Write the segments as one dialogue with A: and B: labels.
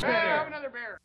A: Brother Bear.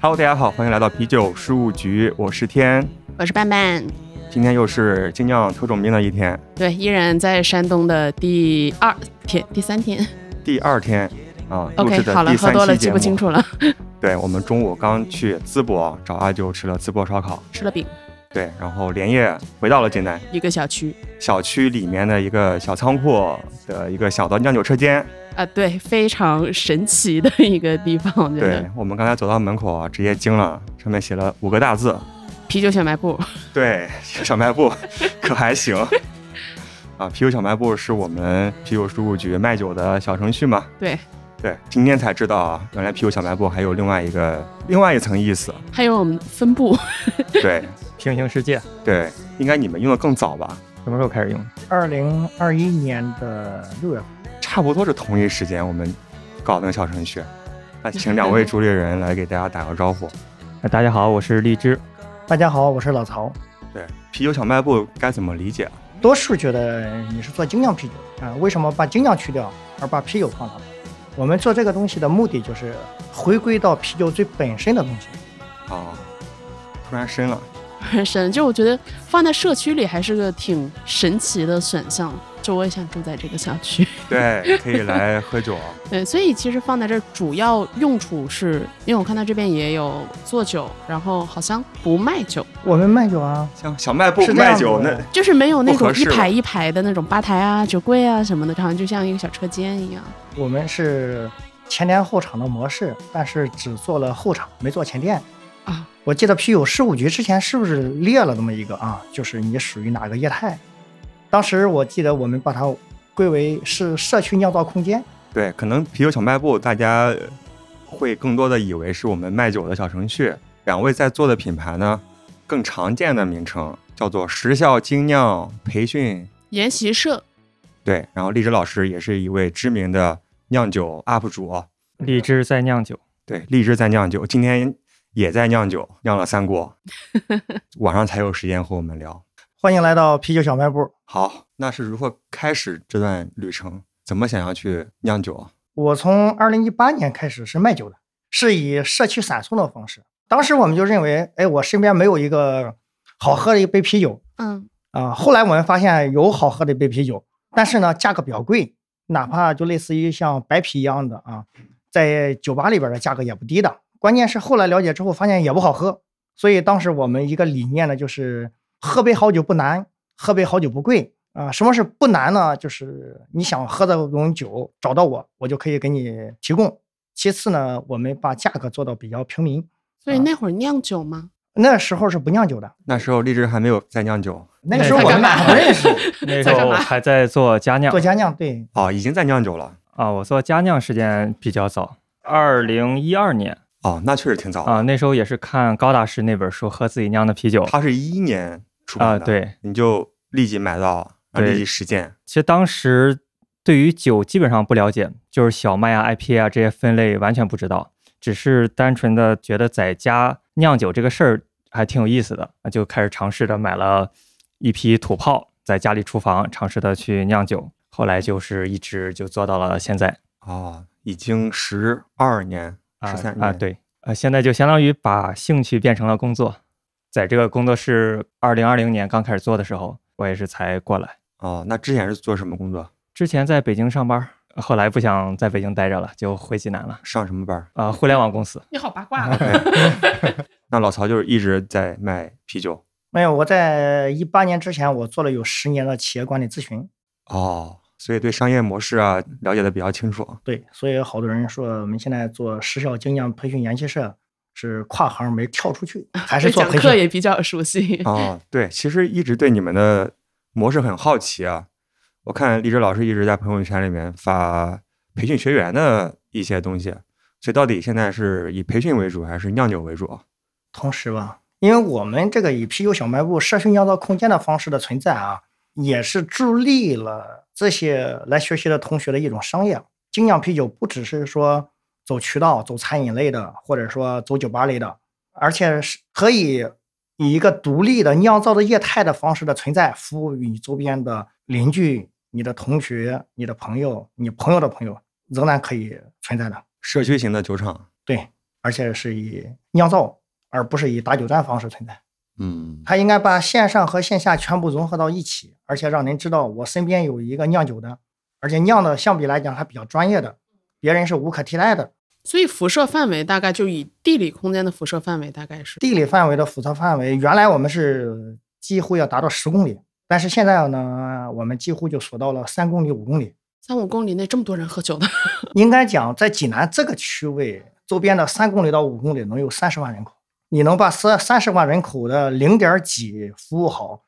B: Hello，大家好，欢迎来到啤酒事务局，我是天。
C: 我是半半，
B: 今天又是精酿特种兵的一天，
C: 对，依然在山东的第二天、第三天。
B: 第二天啊，录
C: OK，
B: 制的
C: 好了，
B: 第
C: 喝
B: 三
C: 多了
B: 期
C: 记
B: 节
C: 不清
B: 目。
C: 楚了。
B: 对，我们中午刚去淄博找阿九吃了淄博烧烤，
C: 吃了饼，
B: 对，然后连夜回到了济南
C: 一个小区
B: 小区里面的一个小仓库的一个小的酿酒车间。
C: 啊，对，非常神奇的一个地方，我觉
B: 对
C: 得
B: 我们刚才走到门口啊，直接惊了，上面写了五个大字，
C: 啤酒小卖部，
B: 对，小卖部 可还行。啊，啤酒小卖部是我们啤酒事务局卖酒的小程序嘛？
C: 对，
B: 对，今天才知道啊，原来啤酒小卖部还有另外一个另外一层意 思。
C: 还有我们分部，
B: 对
D: 平行世界
B: 对，应该你们用的更早吧？
D: 什么时候开始用？
E: 二零二一年的六月份，
B: 差不多是同一时间我们搞那个小程序。那请两位主理人来给大家打个招呼。
D: 哎大家好，我是荔枝。
E: 大家好，我是老曹。
B: 对，啤酒小卖部该怎么理解啊？
E: 多数觉得你是做精酿啤酒啊、为什么把精酿去掉，而把啤酒啊放上来？我们做这个东西的目的就是回归到啤酒最本身的东西。
B: 啊，突然深了。
C: 很神。就我觉得放在社区里还是个挺神奇的选项。就我也想住在这个小区，
B: 对，可以来喝酒啊。
C: 对，所以其实放在这儿主要用处是，因为我看到这边也有做酒，然后好像不卖酒，
E: 我们卖酒啊，
B: 像小卖部
E: 是这样
B: 卖
E: 子
B: 酒那
E: 的
C: 就是没有那
B: 不
C: 种
B: 合
C: 一
B: 适吧
C: 排一排的那种吧台啊、酒柜啊什么的，好像就像一个小车间一样。
E: 我们是前店后厂的模式，但是只做了后厂，没做前店
C: 啊。
E: 我记得啤酒事务局之前是不是列了这么一个啊？就是你属于哪个业态？当时我记得我们把它归为是社区酿造空间。
B: 对，可能啤酒小卖部大家呃会更多的以为是我们卖酒的小程序。两位在做的品牌呢，更常见的名称叫做时效精酿培训。
C: 研习社，
B: 对，然后荔枝老师也是一位知名的酿酒 UP 主啊，
D: 荔枝在酿酒，
B: 对，荔枝在酿酒，今天也在酿酒，酿了三 锅，晚上才有时间和我们聊。
E: 欢迎来到啤酒小卖部。
B: 好，那是如何开始这段旅程？怎么想要去酿酒啊？
E: 我从二零一八年开始是卖酒的，是以社区闪送的方式。当时我们就认为，哎，我身边没有一个好喝的一杯啤酒
C: 嗯，
E: 啊、后来我们发现有好喝的一杯啤酒，但是呢，价格比较贵，哪怕就类似于像白啤一样的啊，在酒吧里边的价格也不低的。关键是后来了解之后发现也不好喝，所以当时我们一个理念呢，就是喝杯好酒不难，喝杯好酒不贵啊、什么是不难呢？就是你想喝的种酒，找到我，我就可以给你提供。其次呢，我们把价格做到比较平民。
C: 所以那会儿酿酒吗？
E: 那时候是不酿酒的，
B: 那时候荔枝还没有在酿酒
E: 那个时候我们俩不认识，
D: 那时候还在做佳酿
E: 做家酿对。
B: 哦，已经在酿酒了。
D: 啊，我做佳酿时间比较早，二零一二年
B: 哦，那确实挺早的
D: 啊，那时候也是看高大师那本书《喝自己酿的啤酒》
B: 它是一一年出版
D: 啊，
B: 的，，
D: 对，
B: 你就立即买到，然后
D: 对
B: 立即实践。
D: 其实当时对于酒基本上不了解，就是小麦啊、IPA 啊这些分类完全不知道，只是单纯的觉得在家酿酒这个事儿还挺有意思的，啊就开始尝试着买了一批土炮，在家里厨房尝试的去酿酒，后来就是一直就做到了现在
B: 哦，已经十二年、
D: 啊
B: 十三年
D: 啊，对，呃，现在就相当于把兴趣变成了工作，在这个工作室二零二零年刚开始做的时候，我也是才过来。
B: 哦，那之前是做什么工作？
D: 之前在北京上班，后来不想在北京待着了，就回济南了。
B: 上什么班 儿？
D: 啊、互联网公司
C: 你好八卦 啊！
B: 那老曹就是一直在卖啤酒。
E: 没有，我在一八年之前，我做了有十年的企业管理咨询。
B: 哦，所以对商业模式啊了解的比较清楚。
E: 对，所以好多人说我们现在做时效精酿培训研习社是跨行没跳出去，还是
C: 对
E: 做
C: 讲
E: 培
C: 课也
E: 训。
C: 比较 熟 悉。
B: 哦，对，其实一直对你们的模式很好奇啊。我看荔枝老师一直在朋友圈里面发培训学员的一些东西，所以到底现在是以培训为主还是酿酒为主啊？
E: 同时吧，因为我们这个以啤酒小卖部社区酿造空间的方式的存在啊，也是助力了这些来学习的同学的一种商业。精酿啤酒不只是说走渠道、走餐饮类的，或者说走酒吧类的，而且是可以以一个独立的酿造的业态的方式的存在，服务于你周边的邻居、你的同学、你的朋友、你朋友的朋友，仍然可以存在的。
B: 社区型的酒厂，
E: 对，而且是以酿造，而不是以打酒站方式存在。
B: 嗯，
E: 它应该把线上和线下全部融合到一起，而且让人知道我身边有一个酿酒的，而且酿的相比来讲还比较专业的，别人是无可替代的。
C: 所以辐射范围大概就以地理空间的辐射范围大概是
E: 地理范围的辐射范围，原来我们是几乎要达到十公里，但是现在呢，我们几乎就缩到了三公里、五公里。
C: 三五公里内这么多人喝酒的，
E: 应该讲，在济南这个区位周边的三公里到五公里，能有三十万人口。你能把三三十万人口的零点几服务好，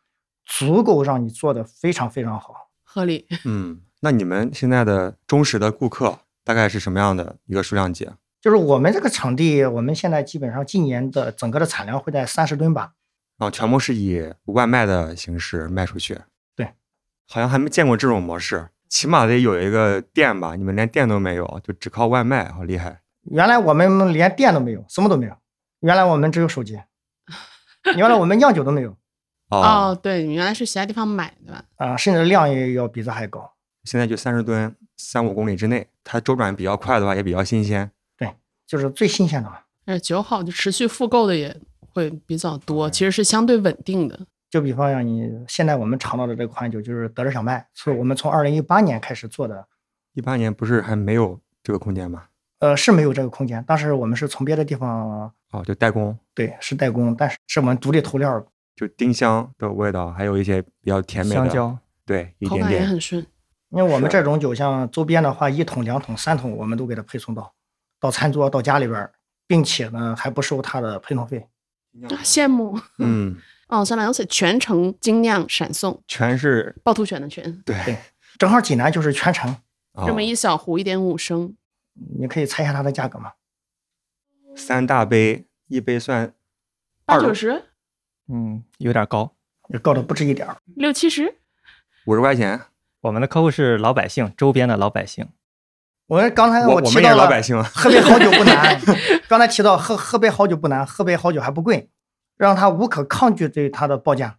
E: 足够让你做的非常非常好。
C: 合理。
B: 嗯，那你们现在的忠实的顾客大概是什么样的一个数量级啊？
E: 就是我们这个场地，我们现在基本上今年的整个的产量会在三十吨吧。
B: 然后哦全部是以外卖的形式卖出去。
E: 对，
B: 好像还没见过这种模式，起码得有一个店吧？你们连店都没有，就只靠外卖，好厉害！
E: 原来我们连店都没有，什么都没有。原来我们只有手机，原来我们酿酒都没有
B: 哦，
C: 哦，对，你原来是其他地方买对吧？
E: 啊、甚至量也要比这还高。
B: 现在就三十吨，三五公里之内，它周转比较快的话，也比较新鲜。
E: 就是最新鲜的嘛。
C: 而且呃酒好就持续复购的也会比较多，其实是相对稳定的。
E: 就比方像你现在我们尝到的这款酒，就是德尔小麦，是我们从二零一八年开始做的，
B: 一八年不是还没有这个空间吗？
E: 呃，是没有这个空间，当时我们是从别的地方，
B: 哦，就代工，
E: 对，是代工，但是是我们独立投料儿，
B: 就丁香的味道，还有一些比较甜美的
D: 香，蕉，
B: 对，一
C: 口
B: 点
C: 感也
B: 点。
C: 很顺。
E: 因为我们
B: 是
E: 这种酒像周边的话，一桶、两桶、三桶，我们都给它配送到到餐桌、到家里边儿，并且呢还不收它的配送费。
C: 啊羡慕
B: 嗯，
C: 哦，算了，而且全程精酿闪送，
B: 全是
C: 趵突泉的泉，
B: 对，
E: 对正好济南就是全程，
B: 哦
C: 这么一小壶一点五升，
E: 你可以猜一下它的价格吗？
B: 三大杯，一杯算
C: 八
B: 二
C: 九十、
D: 嗯，有点高。
E: 也高的不止一点儿。
C: 六七十，
B: 五十块钱。
D: 我们的客户是老百姓，周边的老百姓。
E: 哎我刚才
B: 我
E: 提
B: 们也
E: 到
B: 是
E: 了
B: 老百姓啊。
E: 喝杯好酒不难。刚才提到喝喝杯好酒不难，喝杯好酒还不贵，让他无可抗拒对它的报价。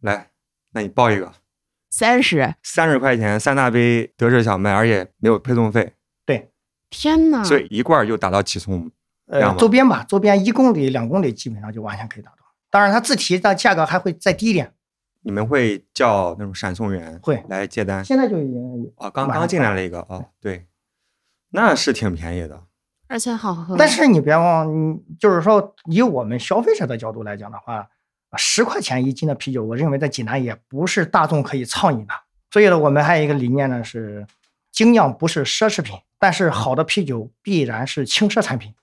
B: 来，那你报一个，
C: 三十，
B: 三十块钱三大杯德式小麦，而且没有配送费，
C: 天哪！
B: 所以一罐儿就达到起送。这样
E: 呃，
B: 吧
E: 周边吧，周边一公里、两公里基本上就完全可以达到。当然，它自提的价格还会再低一点。
B: 你们会叫那种闪送员
E: 会
B: 来接单
E: 现在就已经有，
B: 啊？刚
E: 晚上
B: 刚进来了一个啊，对，那是挺便宜的。
C: 而且好喝，
E: 但是你别忘，嗯就是说以我们消费者的角度来讲的话，十块钱一斤的啤酒，我认为在济南也不是大众可以操你的。所以呢，我们还有一个理念呢是，精酿不是奢侈品，但是好的啤酒必然是轻奢产品。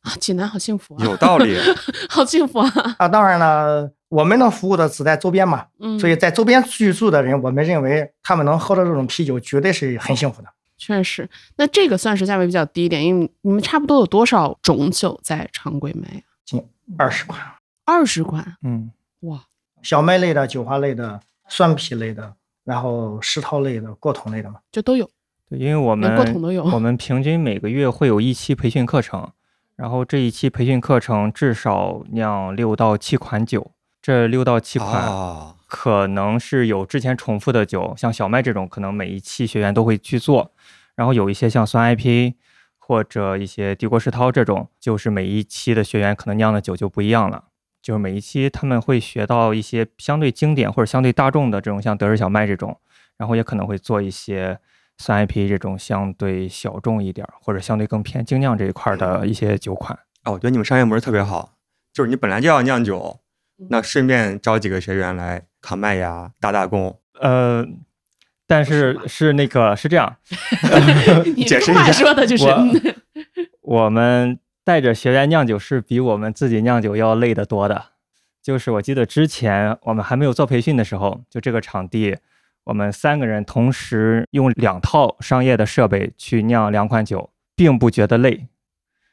C: 啊，济南好幸福啊，
B: 有道理，
C: 好幸福啊，
E: 啊，当然了，我们能服务的只在周边嘛，
C: 嗯，
E: 所以在周边居住的人，我们认为他们能喝到这种啤酒，绝对是很幸福的。
C: 确实，那这个算是价位比较低一点，因为你们差不多有多少种酒在常规卖呀？嗯
E: 二十款，
C: 二十款，
D: 嗯，
C: 哇，
E: 小麦类的、酒花类的、蒜皮类的，然后石涛类的、过桶类的嘛。
C: 就都 有。
D: 对，因为我
C: 连
D: 们
C: 过桶都有
D: 我们平均每个月会有一期培训课程，然后这一期培训课程至少酿六到七款酒，这六到七款
B: 哦，
D: 可能是有之前重复的酒，像小麦这种，可能每一期学员都会去做，然后有一些像酸 IPA 或者一些帝国石涛这种，就是每一期的学员可能酿的酒就不一样了。就是每一期他们会学到一些相对经典或者相对大众的这种，像德式小麦这种，然后也可能会做一些三 IP 这种相对小众一点儿，或者相对更偏精酿这一块儿的一些酒款。
B: 啊，我觉得你们商业模式特别好，就是你本来就要酿酒，
C: 嗯
B: 那顺便招几个学员来扛麦芽、打打 工。
D: 呃，但
C: 是
D: 是是那个是这样，
C: 你
B: 解
C: 这
B: 释一
C: 话
B: 下
C: 说的就是嗯
D: 我我们带着学员酿酒是比我们自己酿酒要累得多的。就是我记得之前我们还没有做培训的时候，就这个场地，我们三个人同时用两套商业的设备去酿两款酒，并不觉得累。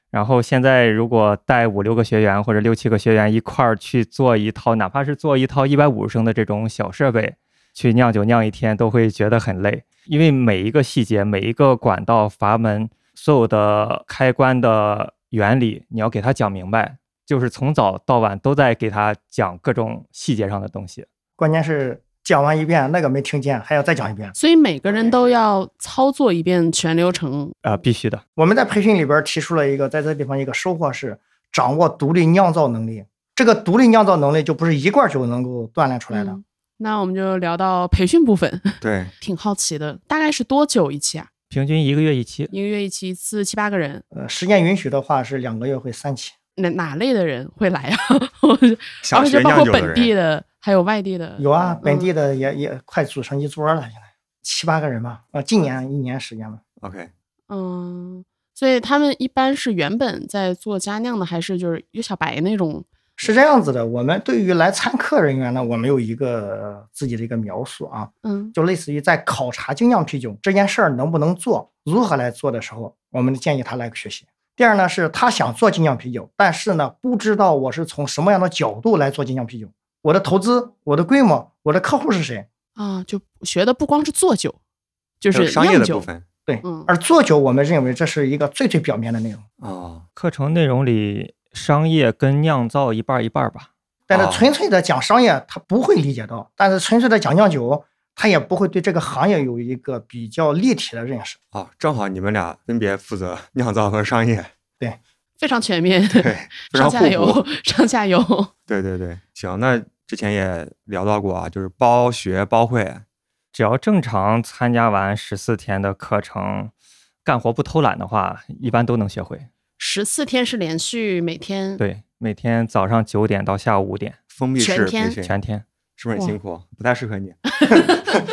D: 然后现在如果带五六个学员或者六七个学员一块儿去做一套，哪怕是做一套一百五十升的这种小设备去酿酒酿一天，都会觉得很累。因为每一个细节、每一个管道、阀门、所有的开关的原理，你要给他讲明白，就是从早到晚都在给他讲各种细节上的东西。
E: 关键是讲完一遍那个没听见，还要再讲一遍。
C: 所以每个人都要操作一遍全流程。
D: 啊、必须的，
E: 我们在培训里边提出了一个，在这地方一个收获是掌握独立酿造能力。这个独立酿造能力就不是一罐酒能够锻炼出来的。
C: 嗯那我们就聊到培训部分，
B: 对，
C: 挺好奇的，大概是多久一期啊？
D: 平均一个月一期，
C: 一个月一期，四七八个人，
E: 呃，时间允许的话是两个月会三期。
C: 哪哪类的人会来啊？ 而
B: 想
C: 且
B: 学
C: 包
B: 酿
C: 括
B: 酒
C: 本
B: 的
C: 地
B: 人，
C: 的，还有外地的。
E: 有啊，
C: 嗯
E: 本地的也也快组成一桌了，现在七八个人吧。啊、今年一年时间吧。
B: OK，
C: 嗯，所以他们一般是原本在做家酿的，还是就是有小白那种？
E: 是这样子的，我们对于来参课人员呢，我们有一个自己的一个描述啊，
C: 嗯
E: 就类似于在考察精酿啤酒这件事儿能不能做，如何来做的时候，我们建议他来学习。第二呢，是他想做精酿啤酒，但是呢，不知道我是从什么样的角度来做精酿啤酒，我的投资、我的规模、我的客户是谁，
C: 啊，就学的不光是做酒，就
B: 还有
C: 是
B: 商业
C: 酿
B: 的
C: 酒
B: 部。分
E: 对
C: 嗯，
E: 而做酒，我们认为这是一个最最表面的内容，
B: 哦，
D: 课程内容里商业跟酿造一半儿一半儿吧。
E: 但是
B: 哦
E: 纯粹的讲商业，他不会理解到；但是纯粹的讲酿酒，他也不会对这个行业有一个比较立体的认识。
B: 哦，正好你们俩分别负责 酿造和商 业，
C: 非常全面，
B: 对，非常
C: 上
B: 互
C: 下
B: 补
C: 游，，上下游。
B: 对对对，行，那之前也聊到过啊，就是包学包会，
D: 只要正常参加完十四天的课程，干活不偷懒的话，一般都能学会。
C: 十四天是连续每天，
D: 对，每天早上九点到下午五点，
B: 封闭
C: 全
B: 式
C: 天
B: 培训，
D: 全天。
B: 是不是很辛苦？不太适合你。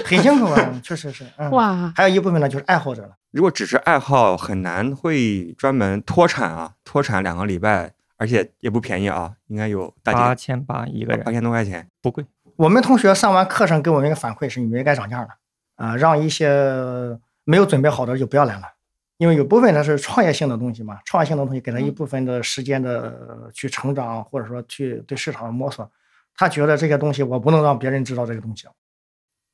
E: 很辛苦啊， 确实是。嗯、，
C: 哇，
E: 还有一部分呢，就是爱好者了。
B: 如果只是爱好，很难会专门脱产啊，脱产两个礼拜，而且也不便宜啊，应该有大
D: 八
B: 几
D: 千八一个
B: 八
D: 人，
B: 千多块钱。
D: 不贵。
E: 我们同学上完课程给我们一个反馈是，你们该涨价了啊、让一些没有准备好的就不要来了，因为有部分它是创业性的东西嘛，创业性的东西给他一
C: 嗯
E: 部分的时间的呃去成长，或者说去对市场的摸索。他觉得这些东西我不能让别人知道这个东西，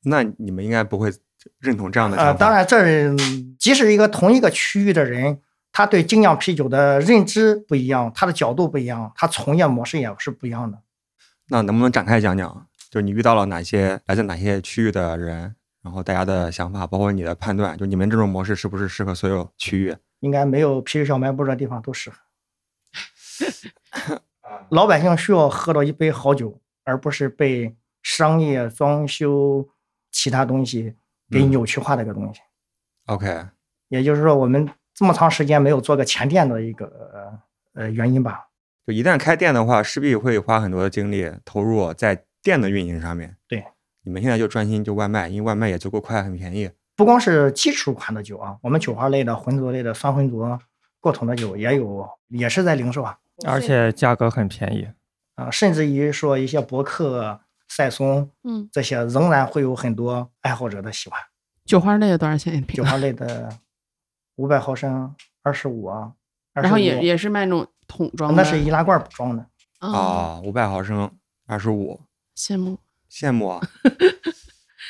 B: 那你们应该不会认同这样的想法。
E: 呃，当，然，这是即使一个同一个区域的人，他对精酿啤酒的认知不一样，他的角度不一样，他从业模式也是不一样的。
B: 那能不能展开讲讲？就是你遇到了哪些来自哪些区域的人，然后大家的想法，包括你的判断，就你们这种模式是不是适合所有区域？
E: 应该没有啤酒小卖部的地方都 适合。老百姓需要喝到一杯好酒，而不是被商业、装修、其他东西给
B: 嗯
E: 扭曲化的一个东西。
B: OK，
E: 也就是说，我们这么长时间没有做个前店的一个呃呃原因吧。
B: 就一旦开店的话，势必会花很多的精力投入在店的运营上面。
E: 对，
B: 你们现在就专心就外卖，因为外卖也足够快，很便宜。
E: 不光是基础款的酒啊，我们酒花类的、浑浊类的、酸浑浊、过桶的酒也有，也是在零售啊。
D: 而且价格很便宜，
E: 啊、甚至于说一些博客、赛松
C: 嗯，
E: 这些，仍然会有很多爱好者的喜欢。
C: 酒花类的多少钱一瓶
E: 酒？花 类的五百毫升二十五啊，
C: 然后也
E: 25
C: 也是卖那种桶
B: 啊
C: 装的，
E: 那是易拉罐装的，
C: 啊，
B: 啊，五百毫升，二十五，
C: 羡慕。
B: 羡慕啊！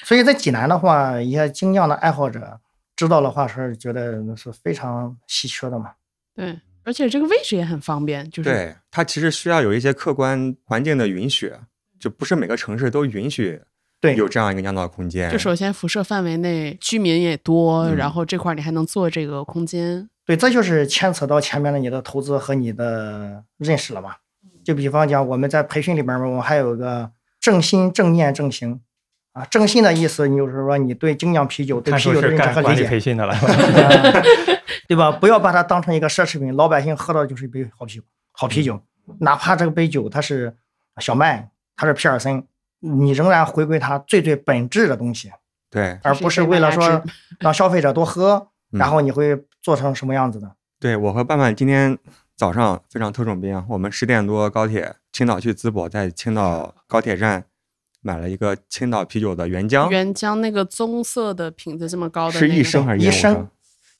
E: 所以在济南的话，一些精酿的爱好者知道的话是觉得那是非常稀缺的嘛。
C: 对，而且这个位置也很方便，就是
B: 对，它其实需要有一些客观环境的允许，就不是每个城市都允许
E: 对，
B: 有这样一个酿造空间。
C: 就首先辐射范围内居民也多，
B: 嗯
C: 然后这块儿你还能做这个空间，
E: 对，这就是牵扯到前面的你的投资和你的认识了嘛。
C: 嗯
E: 就比方讲，我们在培训里边儿，我们还有个正心、正念、正行啊。正心的意思，你就是说你对精酿啤酒、对
D: 看
E: 啤
D: 出
E: 酒的
D: 是
E: 认知
D: 干
E: 和
D: 管
E: 理
D: 理培
E: 解，
D: 训的了。
E: 对吧？不要把它当成一个奢侈品，老百姓喝到的就是一杯好啤酒，好啤酒，
D: 嗯
E: 哪怕这个杯酒它是小麦，它是皮尔森，你仍然回归它最最本质的东西。
B: 对
E: 而
C: 是
E: 不
C: 一
E: 是
C: 杯
E: 为
C: 麦
E: 了
C: 芽
E: 说
C: 汁
E: 让消费者多喝，然
B: 嗯
E: 后你会做成什么样子的？
B: 对，我和伴伴今天早上非常特种兵啊，我们十点多高铁青岛去淄博，在青岛高铁站买了一个青岛啤酒的原浆，
C: 原浆那个棕色的瓶子这么高
B: 啊
C: 的、那
B: 是
C: 个，
B: 一升还是
E: 一
B: 一
E: 升？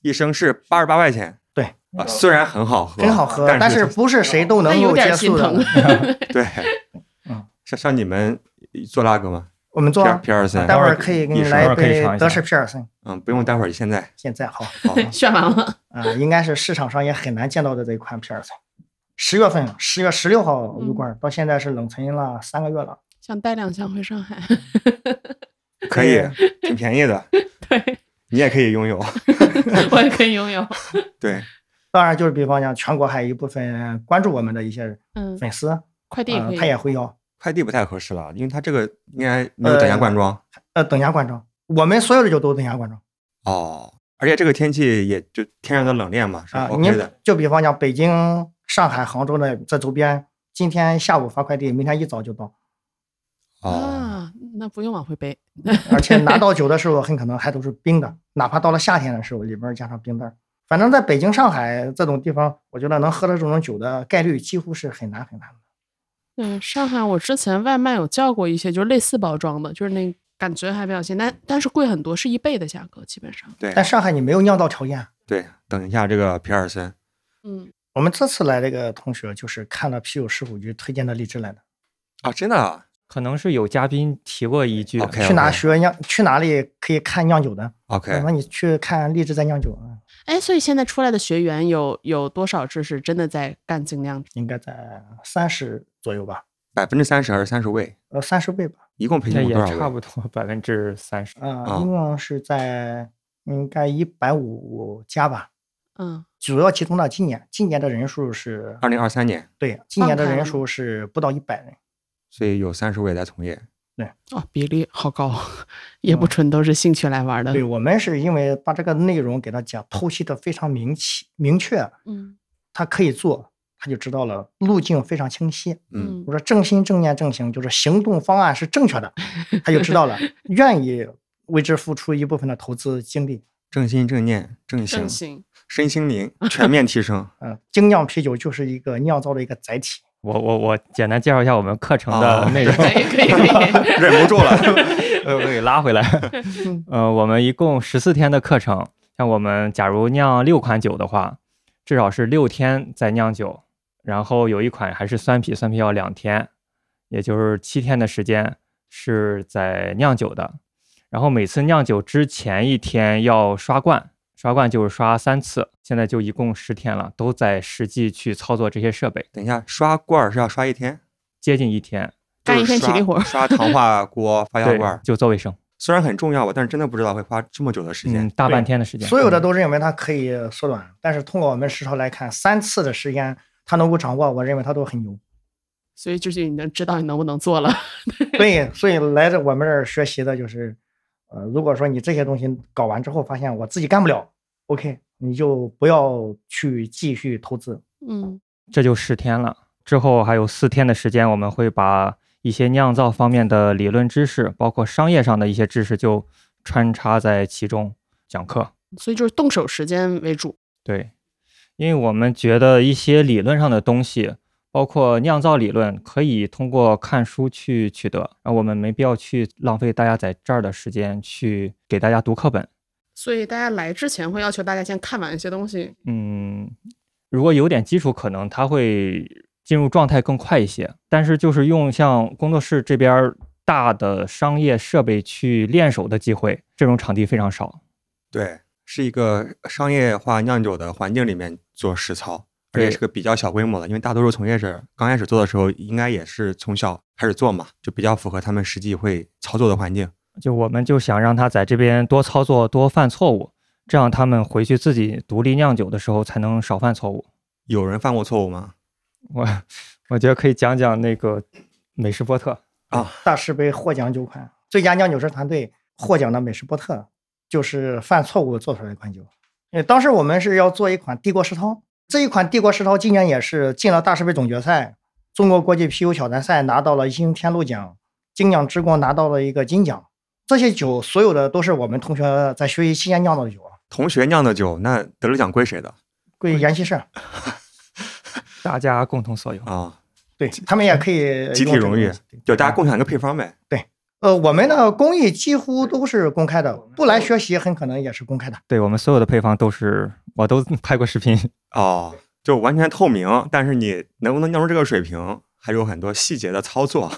B: 一升是八十八块钱。
E: 对
B: 啊，虽然很好喝，
E: 很好喝，但是不是谁都
C: 那
E: 能
C: 有
E: 够接
C: 点心
E: 受
C: 疼
E: 的。。
B: 对，
E: 嗯
B: 像像你们做拉格吗？
E: 我们做啊，
B: 皮尔森，
E: 待会儿可以给你
B: 一时
E: 来一
D: 会儿可以
E: 杯
D: 尝一
E: 德
D: 下
E: 式皮尔森。
B: 嗯，不用，待会儿现在。
E: 现在好，
B: 好
C: 炫完 了，
E: 啊、应该是市场上也很难见到的这一款皮尔森。十月份，十月十六号
C: 嗯
E: 入罐，到现在是冷存了三个月了。
C: 想带两箱回上海。
B: 可以，挺便宜 的，
C: 对
B: 你也可以拥有。
C: 我也可以拥有。
B: 对，
E: 当然，就是比方讲，全国还有一部分关注我们的一些
C: 嗯，
E: 粉丝，
C: 快递也
B: 啊
E: 呃
C: 可以。啊
E: 他也会要，
B: 快递不太合适了，因为它这个应该没有等价灌装
E: 呃，等价灌装。我们所有的酒都等价灌装
B: 哦，而且这个天气也就天然的冷链嘛，是
E: 啊。
B: OK
E: 您
B: 的。
E: 就比方讲，北京、上海、杭州的这周边，今天下午发快递，明天一早就到，
B: 哦，
C: 啊，那不用往回背。
E: 而且拿到酒的时候很可能还都是冰的，哪怕到了夏天的时候，里边加上冰袋儿。反正在北京、上海这种地方，我觉得能喝到这种酒的概率几乎是很难很难的。
C: 对，上海我之前外卖有叫过一些，就是类似包装的，就是那感觉还比较新，但但是贵很多，是一倍的价格基本上。
B: 对
E: 但上海你没有酿造条件。啊
B: 对，等一下这个皮尔森，
C: 嗯，
E: 我们这次来这个同学就是看了啤酒十五局推荐的荔枝来的，
B: 啊，真的啊
D: 可能是有嘉宾提过一句
B: OK
E: 去哪学酿？去哪里可以看酿酒的？我
B: ，OK，
E: 说你去看荔枝在酿酒，嗯
C: 哎，所以现在出来的学员有有多少是是真的在干精酿？
E: 应该在三十左右吧，
B: 百分之三十还是三十位？
E: 呃，三十倍吧，
B: 一共培
D: 那
B: 训过
D: 也
B: 多
D: 差
B: 少位？
D: 不多百分之三十。
E: 啊、
B: 啊
E: 一共是在应该一百五家吧，
C: 嗯，
E: 主要集中到今年，今年的人数是
B: 二零二三年，
E: 对，今年的
C: 放开
E: 人
C: 了
E: 数是不到一百人，
B: 所以有三十位在从业。
C: 哦，比例好高， 也
B: 嗯
C: 不纯都是兴趣来玩的。
E: 对我们是因为把这个内容给他讲剖析的非常明确明确，
C: 嗯
E: 他可以做，他就知道了路径非常清晰。
B: 嗯，
C: 嗯
E: 我说正心正念正行，就是行动方案是正确的，他就知 道了，愿意为之付出一部分的投资精力。
B: 正心正念正行
C: 正，行。
B: 身心灵全面提 升。
E: 嗯，精酿啤酒就是一个酿造的一个载体。
D: 我我我简单介绍一下我们课程的
E: 啊
B: 哦
D: 内容。
C: 可以可以可以，
B: 忍不住了，
D: 呃，我给拉回来。呃，我们一共十四天的课程，像我们假如酿六款酒的话，至少是六天在酿酒，然后有一款还是酸啤，酸啤要两天，也就是七天的时间是在酿酒的。然后每次酿酒之前一天要刷罐，刷罐就是刷三次，现在就一共十天了，都在实际去操作这些设备，
B: 等一下，刷罐儿是要刷一天，
D: 接近一天，
C: 干一
B: 就是
C: 天体
B: 刷
C: 力活儿
B: 刷糖化 锅、发酵
D: 对
B: 罐儿，，
D: 就做卫生，
B: 虽然很重要吧，但是真的不知道会花这么久的时
D: 嗯
B: 间。，
D: 大半
E: 对
D: 天的时间，
E: 所有的
D: 嗯
E: 都认为它可以缩短，但是通过我们实操来看，三次的时间他能够掌握，我认为他都很牛。
C: 所以就是你能知道你能不能做了。
E: 对，所以来这我们这儿学习的就是，呃，如果说你这些东西搞完之后发现我自己干不了，OK，你就不要去继续投资。
C: 嗯
D: 这就十天了。之后还有四天的时间，我们会把一些酿造方面的理论知识，包括商业上的一些知识，就穿插在其中讲课。
C: 所以就是动手时间为主。
D: 对，因为我们觉得一些理论上的东西，包括酿造理论，可以通过看书去取得，而我们没必要去浪费大家在这儿的时间去给大家读课本。
C: 所以大家来之前会要求大家先看完一些东西。
D: 嗯，如果有点基础，可能他会进入状态更快一些。但是就是用像工作室这边儿大的商业设备去练手的机会，这种场地非常少。
B: 对，是一个商业化酿酒的环境里面做实操，而且
D: 对
B: 是个比较小规模的，因为大多数从业者刚开始做的时候，应该也是从小开始做嘛，就比较符合他们实际会操作的环境。
D: 就我们就想让他在这边多操作、多犯错误，这样他们回去自己独立酿酒的时候才能少犯错误。
B: 有人犯过错误吗？
D: 我我觉得可以讲讲那个美式波特，
E: 大师杯获奖酒款，最佳酿酒师团队获奖的美式波特，就是犯错误做出来的一款酒。呃，当时我们是要做一款帝国石涛，这一款帝国石涛今年也是进了大师杯总决赛，中国国际啤酒挑战赛拿到了新天路奖，精酿之光拿到了一个金奖。这些酒所有的都是我们同学在学习期间酿造的酒，
B: 同学酿的酒，那得了奖归谁的
E: 归研习社，
D: 大家共同所有。
B: 啊？
E: 对他们也可以
B: 集体
E: 用这个
B: 荣誉
E: 东西，对
B: 就大家共享一个配方呗。
E: 呃，我们的工艺几乎都是公开的，不来学习很可能也是公开的。
D: 对我们所有的配方都是，我都拍过视频。
B: 哦，就完全透明，但是你能不能酿出这个水平，还有很多细节的操作。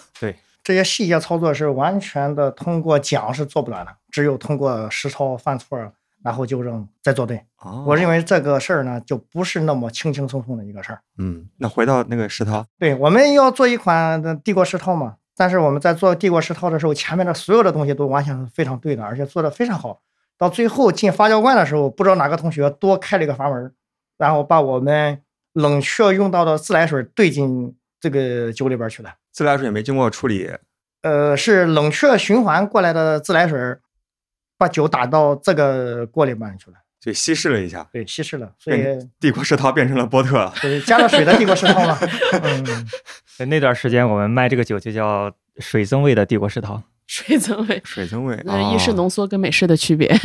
E: 这些细节操作是完全的通过讲是做不了的，只有通过实操、犯错，然后纠正再做对。
B: 哦，
E: 我认为这个事儿呢，就不是那么轻轻松松的一个事儿。
B: 嗯，那回到那个石涛，
E: 对，我们要做一款的帝国石涛嘛，但是我们在做帝国石涛的时候，前面的所有的东西都完全是非常对的，而且做的非常好。到最后进发酵罐的时候，不知道哪个同学多开了一个阀门儿，然后把我们冷却用到的自来水兑进这个酒里边儿去了。
B: 自来水没经过处理，
E: 呃，是冷却循环过来的自来水儿，把酒打到这个锅里面去了，
B: 就稀释了一下，
E: 对，稀释了，所以
B: 变帝国石涛变成了波特。
E: 就是加了水的帝国石 涛嘛。嗯，
D: 对那段时间我们卖这个酒就叫水增味的帝国石涛。
C: 水 增味，
B: 水增 味，
C: 那意式
B: 哦
C: 浓缩跟美式的区别。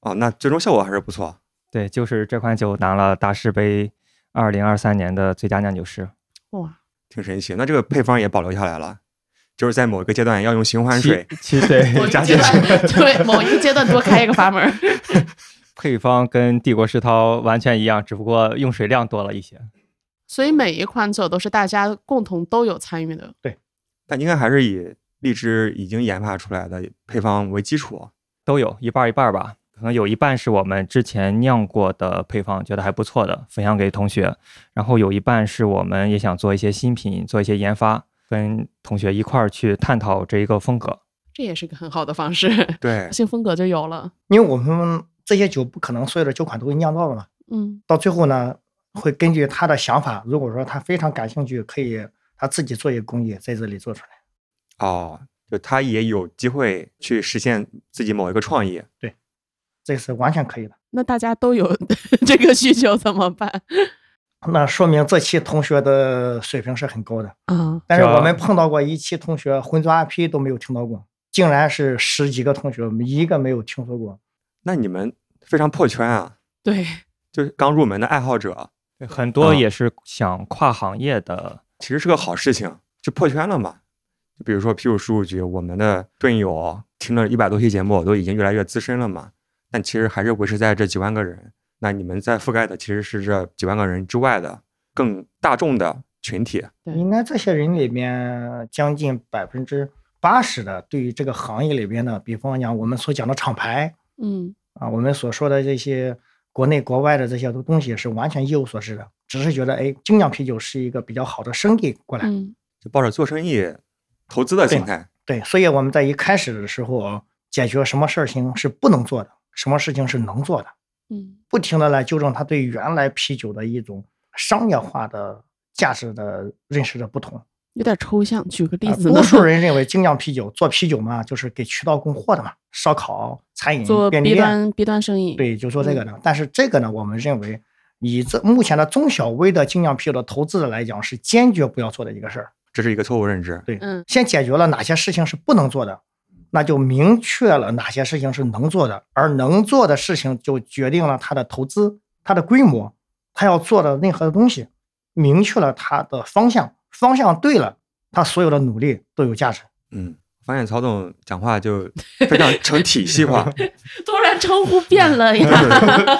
B: 哦，那最终效果还是不错。
D: 对，就是这款酒拿了大师杯二零二三年的最佳酿酒师，
C: 哇，
B: 挺神奇。那这个配方也保留下来了，就是在某一个阶段要用循环水，
D: 其 对
C: 某一
B: 加
C: 个阶
B: 进去
C: 段对某一个阶段多开一个阀 门儿。
D: 配方跟帝国石涛完全一样，只不过用水量多了一些。
C: 所以每一款酒都是大家共同都有参与的。
B: 但应该还是以荔枝已经研发出来的配方为基础。
D: 都有一半儿一半儿吧，可能有一半是我们之前酿过的配方，觉得还不错的，分享给同学；然后有一半是我们也想做一些新品，做一些研发，跟同学一块儿去探讨这一个风格。
C: 这也是个很好的方式，
B: 对，
C: 新风格就有了。
E: 因为我们这些酒不可能所有的酒款都会酿造的嘛，
C: 嗯，
E: 到最后呢，会根据他的想法，如果说他非常感兴趣，可以他自己做一个工艺在这里做出来。
B: 哦，就他也有机会去实现自己某一个创意。
E: 这是完全可以的。
C: 那大家都有 这个需求怎么办？
E: 那说明这期同学的水平是很高的，
C: 啊，
E: 但是
D: 这
E: 我们碰到过一期同学浑浊 IP 都没有听到过，竟然是十几个同学，我们一个没有听说过。
B: 那你们非常破圈啊，
C: 对，
B: 就是刚入门的爱好者，
D: 对很多
B: 啊
D: 也是想跨行业的，
B: 其实是个好事情，就破圈了嘛。就比如说啤酒事务局，我们的队友听了一百多期节目，都已经越来越资深了嘛。但其实还是维持在这几万个人。那你们在覆盖的其实是这几万个人之外的更大众的群体。
C: 对
E: 应该这些人里面，将近百分之八十的对于这个行业里边的，比方讲我们所讲的厂牌
C: 嗯，
E: 啊，我们所说的这些国内国外的这些都东西是完全一无所知的，只是觉得哎，精酿啤酒是一个比较好的生意过来。
C: 嗯，
B: 就抱着做生意、投资的心态。
E: 对，所以我们在一开始的时候解决什么事情是不能做的，什么事情是能做的，
C: 嗯，
E: 不停的来纠正他对原来啤酒的一种商业化的价值的认识的不同。
C: 有点抽象，举个例
E: 啊
C: 子呢
E: 多？数人认为精酿啤酒做啤酒嘛，就是给渠道供货的嘛，烧烤、餐饮、
C: 做
E: 便利
C: B
E: 店，
C: 端嗯 B 端生意，，
E: 对，就做这个的。但是这个呢，我们认为以这目前的中小微的精酿啤酒的投资者来讲，是坚决不要做的一个事儿。
B: 这是一个错误认知。
E: 对，
C: 嗯
E: 先解决了哪些事情是不能做的，那就明确了哪些事情是能做的，而能做的事情就决定了他的投资、他的规模、他要做的任何的东西，明确了他的方向，方向对了，他所有的努力都有价值。
B: 嗯，发现曹总讲话就非常成体系 化。
C: 突然称呼变 了呀，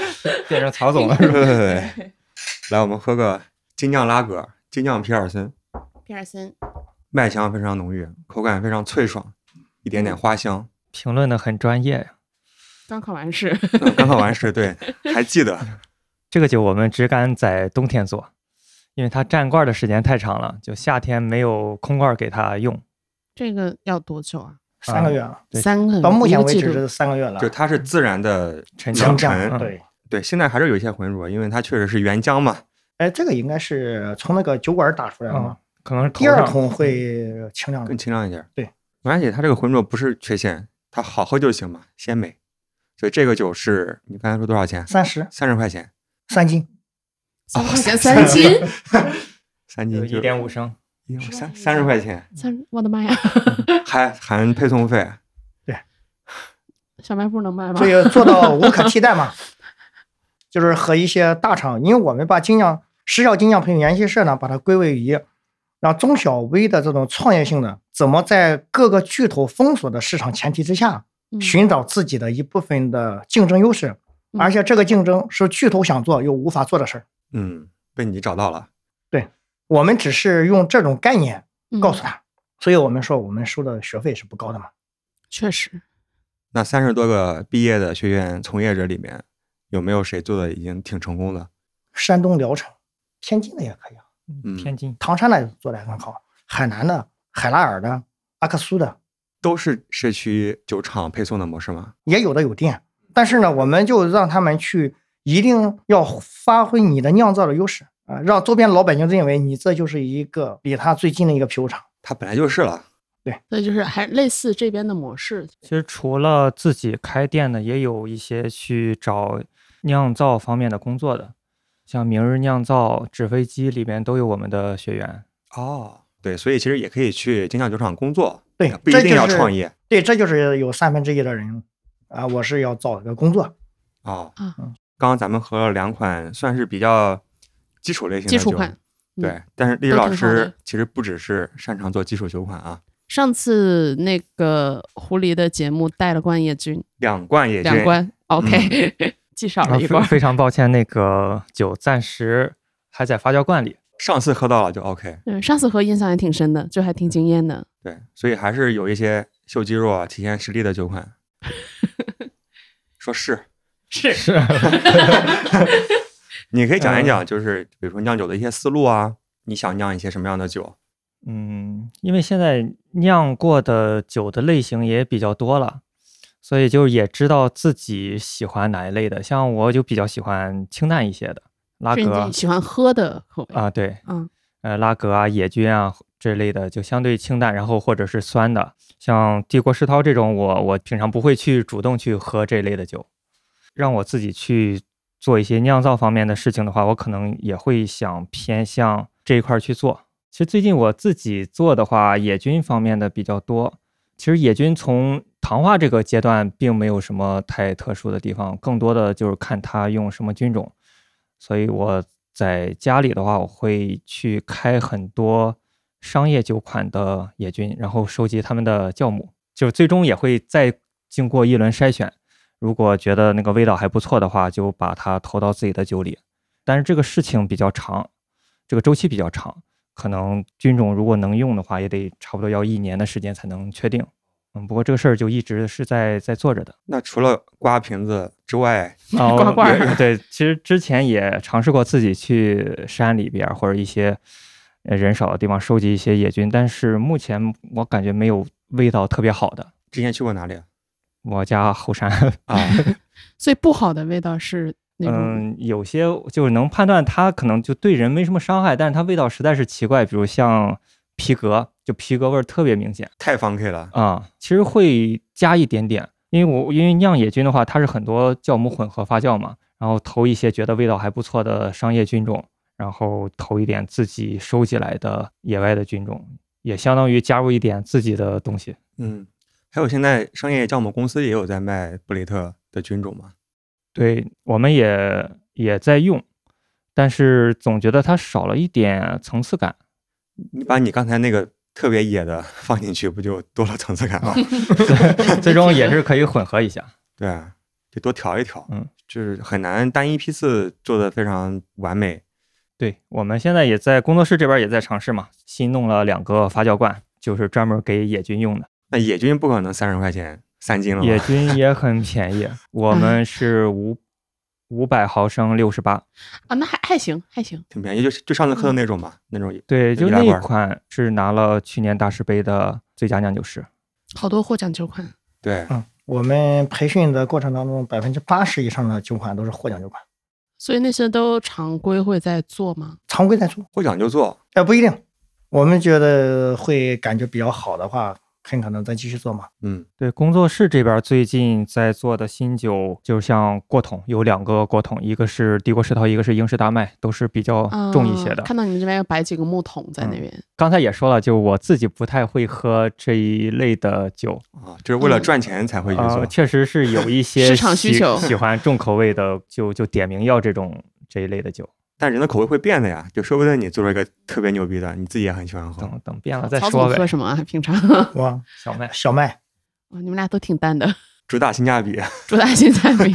D: 变成曹总 了。
B: 对，来，我们喝个精酿拉格、精酿皮尔森，
C: 皮尔森，
B: 麦香非常浓郁，口感非常脆爽，一点点花香。
D: 评论的很专业呀。
C: 刚考完 试，
B: 嗯刚考完试，对，还记得。
D: 这个酒我们只敢在冬天做，因为它占罐的时间太长了，就夏天没有空罐给它用。
C: 这个要多久啊？
E: 三个月了，
D: 对
C: 三个
E: 到目前
C: 嗯一个
E: 为
C: 季
E: 止
C: 度
E: 是三个月了
B: 就。它是自然的
D: 沉
B: 酿
D: 降
B: 陈，
D: 嗯
E: 对，
B: 对，现在还是有一些浑浊，因为它确实是原浆嘛。
E: 哎，这个应该是从那个酒馆打出来的
D: 嗯
E: 嘛，，
D: 可能是头
E: 第二
D: 上
E: 桶
C: 嗯
E: 会清亮的
B: 更。清亮一点。
E: 对，
B: 没关系，它这个浑浊不是缺陷，它好喝就行嘛，鲜美。所以这个酒是你刚才说多少钱？
E: 三十
B: 三十块钱，
E: 三斤，
C: 哦三块钱三斤，
B: 三斤就
D: 一点五升。
B: 一点五三三十块钱，
C: 三，我的妈呀！
B: 还含配送费。
C: 小卖部能卖吗
E: 所？以做到无可替代嘛。 就是和一些大厂，因为我们把精酿时效精酿培训研习社呢，把它归为于让中小微的这种创业性的，怎么在各个巨头封锁的市场前提之下，
C: 嗯
E: 寻找自己的一部分的竞争优势，
C: 嗯
E: 而且这个竞争是巨头想做又无法做的事儿。
B: 嗯，被你找到了。
C: 嗯
E: 我们只是用这种概念告诉他，所以我们说我们收的学费是不高的嘛。
C: 确实，
B: 那三十多个毕业的学员从业者里面，有没有谁做的已经挺成功的？
E: 山东聊城、天津的也可以啊，
B: 嗯
D: 天津
E: 唐山的做的也很好，海南的、海拉尔的、阿克苏的
B: 都是社区酒厂配送的模式吗？
E: 也有的有店，但是呢，我们就让他们去，一定要发挥你的酿造的优势啊，让周边老百姓认为你这就是一个离他最近的一个啤酒厂。
B: 它本来就是了。
C: 所以就是还类似这边的模式，
D: 其实除了自己开店的，也有一些去找酿造方面的工作的，像明日酿造、纸飞机里面都有我们的学员。
B: 哦，对，所以其实也可以去精酿酒厂工作，
E: 对
B: 不一
E: 这
B: 定
E: 就
B: 要
E: 是
B: 创业
E: 对，这就是有三分之一的人啊，我是要找一个工作。
B: 哦。
C: 啊
B: 刚刚咱们喝了两款，算是比较基础类型的
C: 基础
B: 酒
C: 款。嗯
B: 对，但是丽丽
C: 都
B: 老
C: 挺好的
B: 师其实不只是擅长做基础酒款啊，
C: 上次那个狐狸的节目带了罐叶菌，
B: 两罐也
C: 两
B: 就
C: 罐，OK，、记 少
D: 啊
C: 了一
D: 非
C: 罐。
D: 非常抱歉，那个酒暂时还在发酵罐里。
B: 上次喝到了就 OK。
C: 嗯，上次喝印象也挺深的，就还挺惊艳的。
B: 对，所以还是有一些秀肌肉啊、体现实力的酒款。说是，
C: 是
D: 是
B: 你可以讲一讲，就是比如说酿酒的一些思路啊，你想酿一些什么样的酒？
D: 嗯，因为现在酿过的酒的类型也比较多了，所以就也知道自己喜欢哪一类的。像我就比较喜欢清淡一些的拉
C: 是
D: 格
C: 你喜欢喝的口味，
D: 啊，对，
C: 嗯，
D: 呃，拉格啊、野菌啊这类的，就相对清淡，然后或者是酸的，像帝国世涛这种，我我平常不会去主动去喝这类的酒。让我自己去做一些酿造方面的事情的话，我可能也会想偏向这一块儿去做。其实最近我自己做的话，野菌方面的比较多。其实野菌从糖化这个阶段并没有什么太特殊的地方，更多的就是看它用什么菌种。所以我在家里的话，我会去开很多商业酒款的野菌，然后收集它们的酵母，就是最终也会再经过一轮筛选。如果觉得那个味道还不错的话，就把它投到自己的酒里。但是这个事情比较长，这个周期比较长，可能菌种如果能用的话，也得差不多要一年的时间才能确定。嗯，不过这个事儿就一直是在在做着的。
B: 那除了刮瓶子之外，
D: 哦，
C: 挂罐
D: 也对，其实之前也尝试过自己去山里边儿或者一些呃人少的地方收集一些野菌，但是目前我感觉没有味道特别好的。
B: 之前去过哪里啊？
D: 我家后山，
B: 啊，
C: 所以不好的味道是 那种
D: 嗯，有些就是能判断它可能就对人没什么伤害，但是它味道实在是奇怪，比如像皮革，就皮革味儿特别明显。
B: 太 funky 了。
D: 啊、其实会加一点点，因为我因为酿野菌的话，它是很多酵母混合发酵嘛，然后投一些觉得味道还不错的商业菌种，然后投一点自己收集来的野外的菌种，也相当于加入一点自己的东西。
B: 嗯，还有现在商业酵母公司也有在卖布雷特的菌种嘛？
D: 对，我们也也在用，但是总觉得它少了一点层次感。
B: 你把你刚才那个特别野的 放进去，不就多了层次感吗？
D: 最终也是可以混合一下。
B: 对啊，得多调一调。
D: 嗯，
B: 就是很难单一批次做的非常完美。
D: 对，我们现在也在工作室这边也在尝试嘛，新弄了两个发酵罐，就是专门给野菌用的。
B: 那野菌不可能三十块钱三斤了
D: 野
B: 吧？
D: 菌也很 便宜，我们是五五百毫升六十八，
C: 啊，那还还行还行，
B: 挺便宜，就是就上次喝
C: 嗯
B: 的那种嘛，那种
D: 对，就
B: 易拉
D: 那
B: 罐
D: 款是拿了去年大师杯的最佳酿酒师。
C: 好多获奖酒款，
B: 对，
E: 嗯，我们培训的过程当中，百分之八十以上的酒款都是获奖酒款，
C: 所以那些都常规会在做吗？
E: 常规在做。
B: 获奖就做。
E: 哎，不一定，我们觉得会感觉比较好的话，很可能再继续做嘛。
B: 嗯，
D: 对，工作室这边最近在做的新酒，就是像过桶，有两个过桶，一个是帝国世涛，一个是英式大麦，都是比较哦重一些的。
C: 啊
D: 嗯
C: 看到你们这边有摆几个木桶在那边，
D: 刚才也说了，就我自己不太会喝这一类的酒，
B: 啊，就是为了
C: 嗯
B: 赚钱才会去
D: 啊、
B: 做。
D: 确实是有一 些
C: 市场需
D: 喜
C: 求
D: 喜欢重口味的，就就点名要这种这一类的酒。
B: 但人的口味会变的呀，就说不定你做了一个特别牛逼的，你自己也很喜欢喝。
D: 等等变了再
C: 曹
D: 说
C: 总喝
D: 呗。
C: 什么啊？平 常
E: 哇，
D: 小麦，
E: 小麦，
C: 哇你们俩都挺淡的，
B: 主打性价 比，
C: 主打性价比。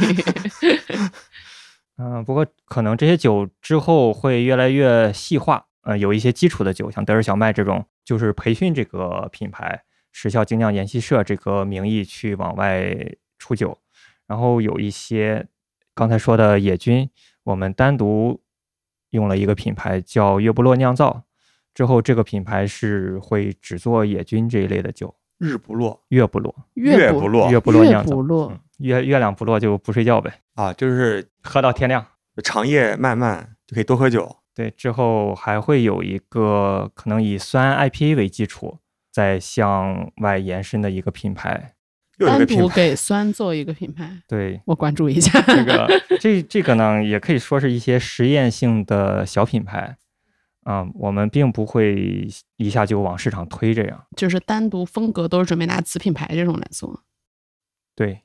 D: 嗯、不过可能这些酒之后会越来越细化，呃，有一些基础的酒，像德尔小麦这种，就是培训这个品牌时效精酿研习社这个名义去往外出酒，然后有一些刚才说的野菌，我们单独用了一个品牌叫约布洛酿造，之后这个品牌是会只做野菌这一类的酒，
B: 日不落，
D: 月不落，
B: 月
C: 不
B: 不落
D: 月不落
C: 月
D: 酿
C: 不
D: 造，
C: 落
D: 嗯月月亮不落就不睡觉呗，
B: 啊，就是
D: 喝到天亮。
B: 长夜漫漫就可以多喝酒。
D: 对，之后还会有一个可能以酸 IPA 为基础，再向外延伸的一个品牌。
B: 又有一
C: 单
B: 个品
C: 独
B: 牌，
C: 给酸做一个品牌，
D: 对，
C: 我关注一下。
D: 这个这这个呢，也可以说是一些实验性的小品牌。嗯，我们并不会一下就往市场推这样。
C: 就是单独风格都是准备拿子品牌这种来啊做。
D: 对，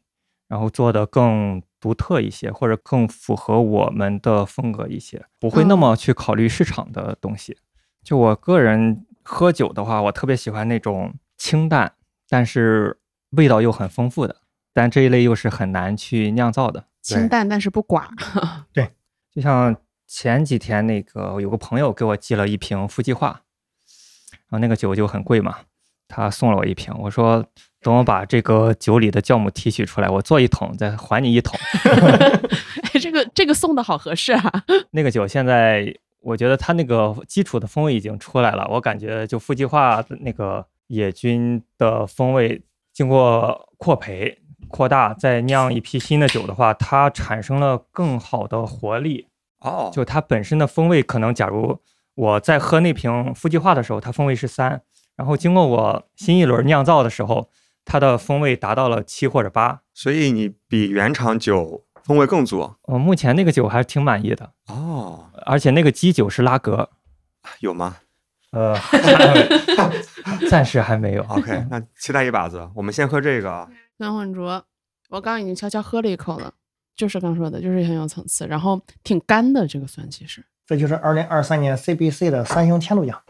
D: 然后做的更独特一些，或者更符合我们的风格一些，不会那
C: 嗯
D: 么去考虑市场的东西。就我个人喝酒的话，我特别喜欢那种清淡，但是味道又很丰富的，但这一类又是很难去酿造的。
C: 清淡但是不 寡，
D: 就像前几天那个有个朋友给我寄了一瓶夫妻话，然后那个酒就很贵嘛，他送了我一瓶，我说等我把这个酒里的酵母提取出来，我做一桶再还你一桶。
C: 哎，这个这个送的好合适啊！
D: 那个酒现在我觉得它那个基础的风味已经出来了，我感觉就富计划那个野菌的风味经过扩培扩大，再酿一批新的酒的话，它产生了更好的活力。
B: 哦，
D: 就它本身的风味，可能假如我在喝那瓶夫计划的时候，它风味是三，然后经过我新一轮酿造的时候，它的风味达到了七或者八。
B: 所以你比原厂酒风味更足
D: 我呃目前那个酒还是挺满意的，
B: 哦，
D: 而且那个基酒是拉格，
B: 有吗
D: 呃，暂 时还没有。啊
B: ？OK，那期待一把子，我们先喝这个啊。
C: 酸混浊，我刚已经悄悄喝了一口了，就是刚说的，就是很有层次，然后挺干的这个酸其实
E: 这就是二零二三年 CBC 的三星天路奖，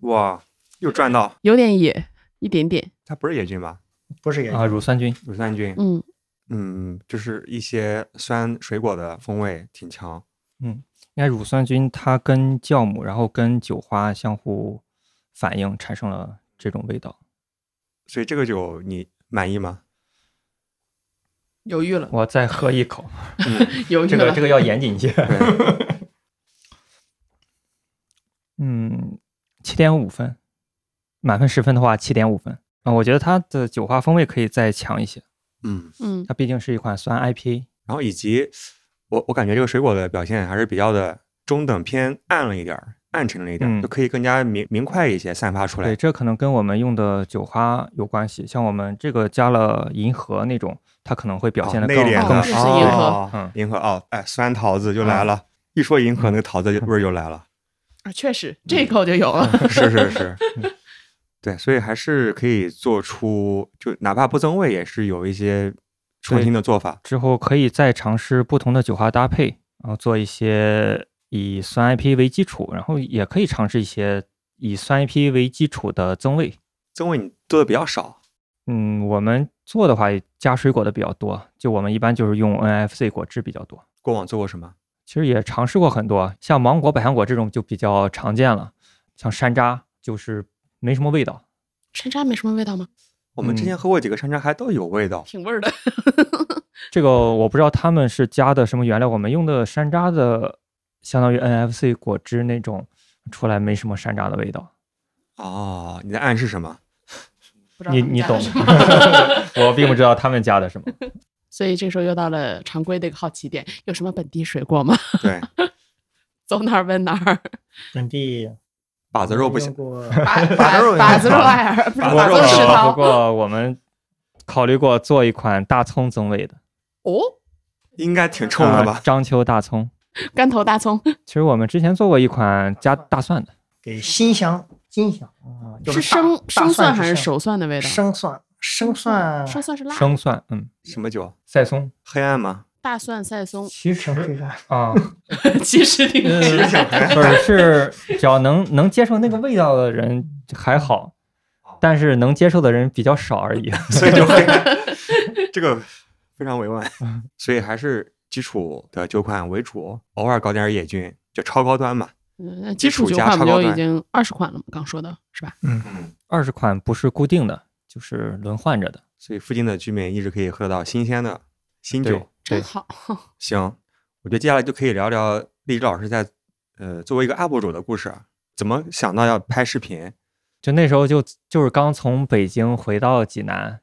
B: 哇，又赚到！
C: 有点野，一点点，
B: 它不是野菌吧？
E: 不是也
D: 啊，乳酸菌，
B: 乳酸菌，
C: 嗯，
B: 嗯，就是一些酸水果的风味挺强。
D: 应该乳酸菌它跟酵母，然后跟酒花相互反应，产生了这种味道。
B: 所以这个酒你满意吗？
C: 犹豫了，
D: 我再喝一口，
C: 犹豫
D: 这
C: 了，
D: 个这个要严谨一些。
B: 对
D: 嗯，七点五分，满分十分的话，七点五分啊、我觉得它的酒花风味可以再强一些，
B: 嗯，
C: 嗯，
D: 它毕竟是一款酸 IPA。
B: 然后以及我我感觉这个水果的表现还是比较的中等偏暗了一点儿，暗沉了一点儿，
D: 嗯
B: 就可以更加明明快一些散发出
D: 对，
B: 来。
D: 这可能跟我们用的酒花有关系。像我们这个加了银河那种，它可能会表现
B: 哦
D: 的
B: 内
D: 更、
B: 敛
C: 哦
D: 更
B: 的，
C: 这
D: 实
C: 是银河
B: 哦
D: 嗯啊
B: 银河哦，哎，酸桃子就来了。一说银河，那个桃 子就味儿就来了。
C: 啊，确实这一口就有 了，
B: 是是 是，对，所以还是可以做出，就哪怕不增味，也是有一些创新的做法。
D: 之后可以再尝试不同的酒花搭配，然后做一些以酸 IP 为基础，然后也可以尝试一些以酸 IP 为基础的增味。
B: 增味你做的比较少，
D: 嗯，我们做的话加水果的比较多，就我们一般就是用 NFC 果汁比较多。
B: 过往做过什么？
D: 其实也尝试过很多，像芒果、百香果这种就比较常见了，像山楂就是没什么味道。
C: 山楂没什么味道吗？
B: 我
D: 嗯
B: 们之前喝过几个山楂，还都有味道。
C: 挺味 儿的，
D: 这个我不知道他们是加的什么原料，我们用的山楂的相当于 NFC 果汁那种，出来没什么山楂的味道。
B: 哦，你在暗示什么？
C: 不知道
D: 你
C: 他们
D: 你
C: 家的
D: 懂
C: 是吗
D: 我并不知道他们加的什么。
C: 所以这时候又到了常规的一个好奇点，有什么本地水果吗？
B: 对，
C: 走哪儿问哪儿，
E: 本地
B: 把子肉不行
E: 用，过
C: 把
E: 把肉
C: 把子肉艾尔，不是
B: 把
C: 把
B: 子
C: 子
B: 肉
C: 肉石
B: 石
D: 不
C: 头
D: 过我们考虑过做一款大葱增味的，
C: 哦，
B: 应该挺冲的
D: 呃
B: 吧？
D: 章丘大葱。
C: 干头大葱
D: 其实我们之前做过一款加大蒜的，
E: 给新香、金香啊，就是是大
C: 生
E: 大
C: 生蒜
E: 蒜
C: 还
E: 之
C: 是
E: 上
C: 熟蒜的味道？
E: 生蒜，生蒜，
C: 生蒜是辣的，
D: 生蒜，嗯，
B: 什么酒？
D: 赛松。
B: 黑暗吗？
C: 大蒜赛松
D: 其
E: 生黑蒜，
D: 啊，
C: 其实挺
D: 嗯不是，是只要能能接受那个味道的人还好，但是能接受的人比较少而已。
B: 所以就黑暗， 这个非常委 婉。所以还是基础的酒款为主，偶尔搞点野菌，就超高端嘛。
C: 嗯，那
B: 基
C: 基础
B: 础
C: 酒
B: 加
C: 款不
B: 超高
C: 就已
B: 端
C: 经二十款了吗？刚说的是吧？
D: 二十款不是固定的，就是轮换着的。
B: 所以附近的居民一直可以喝到新鲜的新
D: 对
B: 酒。
C: 真
D: 对，
C: 好，
B: 行，我觉得接下来就可以聊聊荔枝老师在呃作为一个 UP 主的故事，啊怎么想到要拍视频？
D: 就那时候就就是刚从北京回到济南，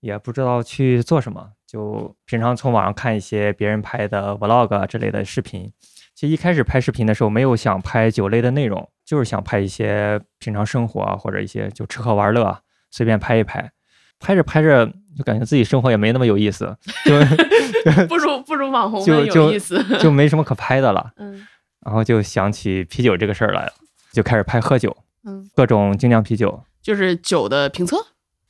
D: 也不知道去做什么，就平常从网上看一些别人拍的 vlog 啊之类的视频。其实一开始拍视频的时候，没有想拍酒类的内容，就是想拍一些平常生活啊，或者一些就吃喝玩乐啊，随便拍一拍。拍着拍着，就感觉自己生活也没那么有意思，就
C: 不如不如网红
D: 就
C: 们有
D: 就
C: 意思。
D: 就没什么可拍的了。
C: 嗯
D: 然后就想起啤酒这个事儿来了，就开始拍喝酒，
C: 嗯，
D: 各种精酿啤酒，
C: 就是酒的评测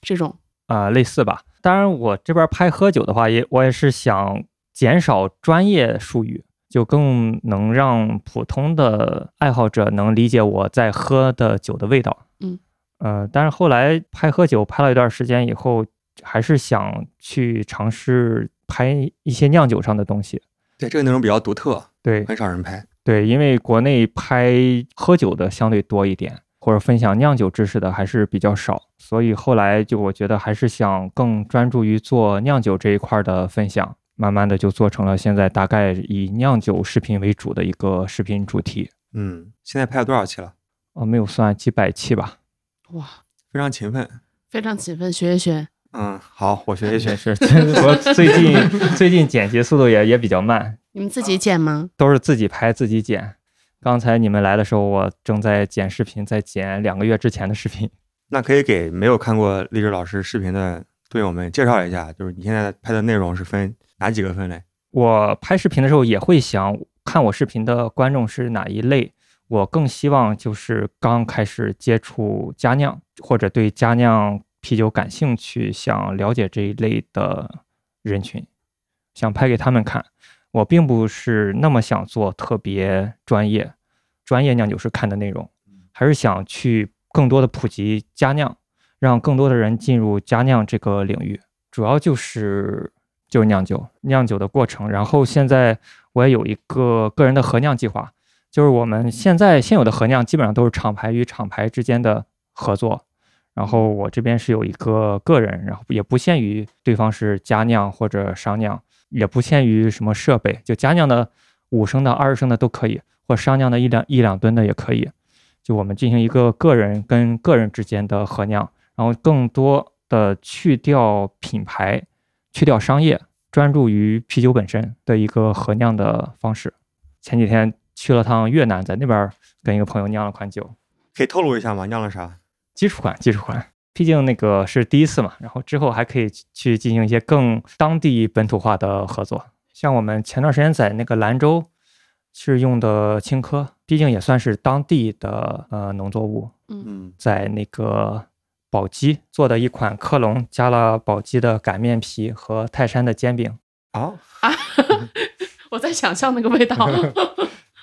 C: 这种，
D: 啊、类似吧。当然，我这边拍喝酒的话，也我也是想减少专业术语，就更能让普通的爱好者能理解我在喝的酒的味道。
C: 嗯，
D: 呃，但是后来拍喝酒拍了一段时间以后，还是想去尝试拍一些酿酒上的东西。
B: 对，这个内容比较独特，
D: 对
B: 很少人拍。
D: 对，因为国内拍喝酒的相对多一点，或者分享酿酒知识的还是比较少，所以后来就我觉得还是想更专注于做酿酒这一块儿的分享，慢慢的就做成了现在大概以酿酒视频为主的一个视频主题。
B: 嗯，现在拍了多少期了？
D: 哦，没有算几百期吧，
C: 哇，
B: 非常勤奋。
C: 非常勤奋，学一学。
B: 嗯，好，我学一
D: 确
B: 学。
D: 实， 我最近最近剪辑速度也也比较慢，
C: 你们自己剪吗？
D: 都是自己拍自己剪。刚才你们来的时候，我正在剪视频，在剪两个月之前的视频。
B: 那可以给没有看过励志老师视频的队友们介绍一下，就是你现在拍的内容是分哪几个分类？
D: 我拍视频的时候也会想，看我视频的观众是哪一类。我更希望就是刚开始接触佳酿或者对佳酿啤酒感兴趣，想了解这一类的人群，想拍给他们看。我并不是那么想做特别专业，专业酿酒师看的内容，还是想去更多的普及佳酿，让更多的人进入佳酿这个领域。主要就是就是酿酒酿酒的过程。然后现在我也有一个个人的合酿计划，就是我们现在现有的合酿基本上都是厂牌与厂牌之间的合作。然后我这边是有一个个人，然后也不限于对方是家酿或者商酿，也不限于什么设备，就家酿的五升的、二十升的都可以，或商酿的一两一两吨的也可以。就我们进行一个个人跟个人之间的合酿，然后更多的去掉品牌，去掉商业，专注于啤酒本身的一个合酿的方式。前几天去了趟越南，在那边儿跟一个朋友酿了款酒，
B: 可以透露一下吗？酿了啥？
D: 基础款，基础款。毕竟那个是第一次嘛，然后之后还可以去进行一些更当地本土化的合作。像我们前段时间在那个兰州是用的青稞，毕竟也算是当地的呃农作物，
B: 嗯，
D: 在那个宝鸡做的一款科隆，加了宝鸡的擀面皮和泰山的煎饼，
B: 好，
C: 我在想象那个味道。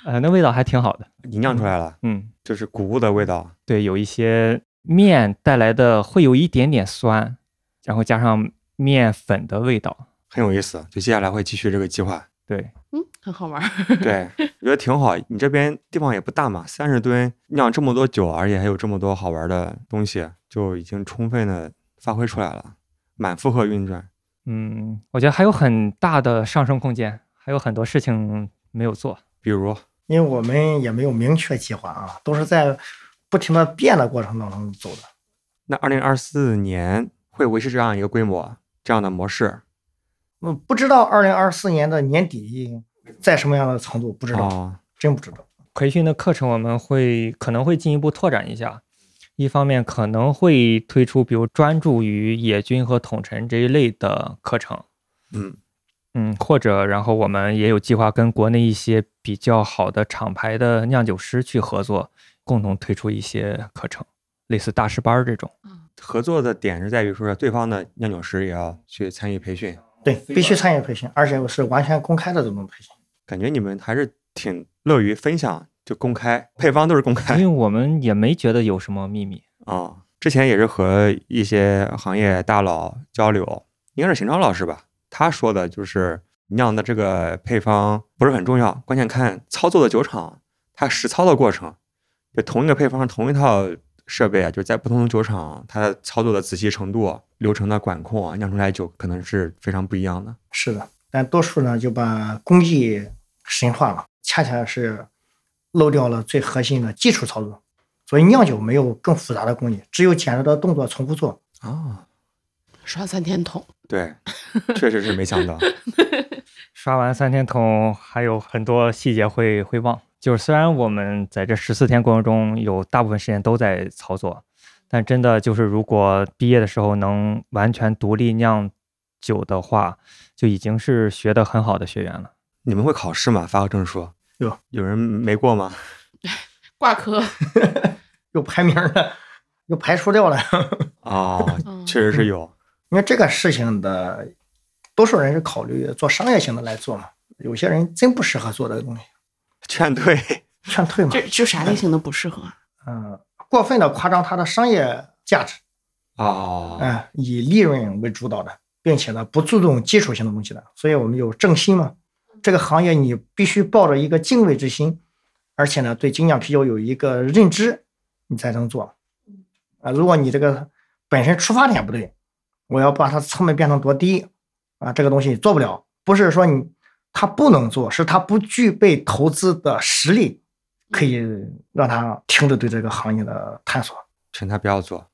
D: 呃，那味道还挺好的。
B: 你酿出来了，
D: 嗯，
B: 就是谷物的味道。
D: 对，有一些面带来的会有一点点酸，然后加上面粉的味道。
B: 很有意思，就接下来会继续这个计划。
D: 对，
C: 嗯，很好玩儿。
B: 对，我觉得挺好。你这边地方也不大嘛，三十吨酿这么多酒，而且还有这么多好玩的东西，就已经充分的发挥出来了，满负荷运转。
D: 嗯，我觉得还有很大的上升空间，还有很多事情没有做。
B: 比如，
E: 因为我们也没有明确计划啊，都是在不停的变的过程当中走的。
B: 那二零二四年会维持这样一个规模、这样的模式
E: 嗯，不知道二零二四年的年底在什么样的程度，不知道，
B: 哦，
E: 真不知道。
D: 培训的课程我们会可能会进一步拓展一下，一方面可能会推出比如专注于野菌和统陈这一类的课程，
B: 嗯，
D: 嗯，或者然后我们也有计划跟国内一些比较好的厂牌的酿酒师去合作，共同推出一些课程，类似大师班儿这种。
B: 合作的点是在于说，对方的酿酒师也要去参与培训，
E: 对，必须参与培训，而且是完全公开的这种培训。
B: 感觉你们还是挺乐于分享，就公开配方都是公开
D: 因为我们也没觉得有什么秘密，
B: 啊、之前也是和一些行业大佬交流，应该是邢超老师吧，他说的就是酿的这个配方不是很重要，关键看操作的酒厂它实操的过程，就同一个配方、同一套设备啊，就在不同的酒厂，它操作的仔细程度、流程的管控啊，酿出来酒可能是非常不一样的。
E: 是的，但多数呢就把工艺神化了，恰恰是漏掉了最核心的技术操作。所以酿酒没有更复杂的工艺，只有简单的动作重复做。
B: 啊，
C: 刷三天桶，
B: 对，确实是没想到。
D: 刷完三天桶，还有很多细节会会忘。就是虽然我们在这十四天过程中有大部分时间都在操作，但真的就是如果毕业的时候能完全独立酿酒的话，就已经是学得很好的学员了。
B: 你们会考试吗？发个证书？
E: 有
B: 有人没过吗？
C: 挂科。
E: 又排名了，又排除掉了。
B: 哦
C: 嗯，
B: 确实是有。
E: 因为这个事情的，多数人是考虑做商业性的来做嘛，有些人真不适合做这个东西，
B: 劝退，
E: 劝退 嘛
C: 这。就啥类型的不适合 啊？
E: 嗯，过分的夸张它的商业价值，
B: 哦，
E: 嗯，以利润为主导的，并且呢不注重技术性的东西的，所以我们有正心嘛。这个行业你必须抱着一个敬畏之心，而且呢对精酿啤酒有一个认知，你才能做。啊，如果你这个本身出发点不对，我要把它成本变成多低啊，这个东西做不了。不是说你他不能做，是他不具备投资的实力，可以让他停止对这个行业的探索。
B: 劝他不要做。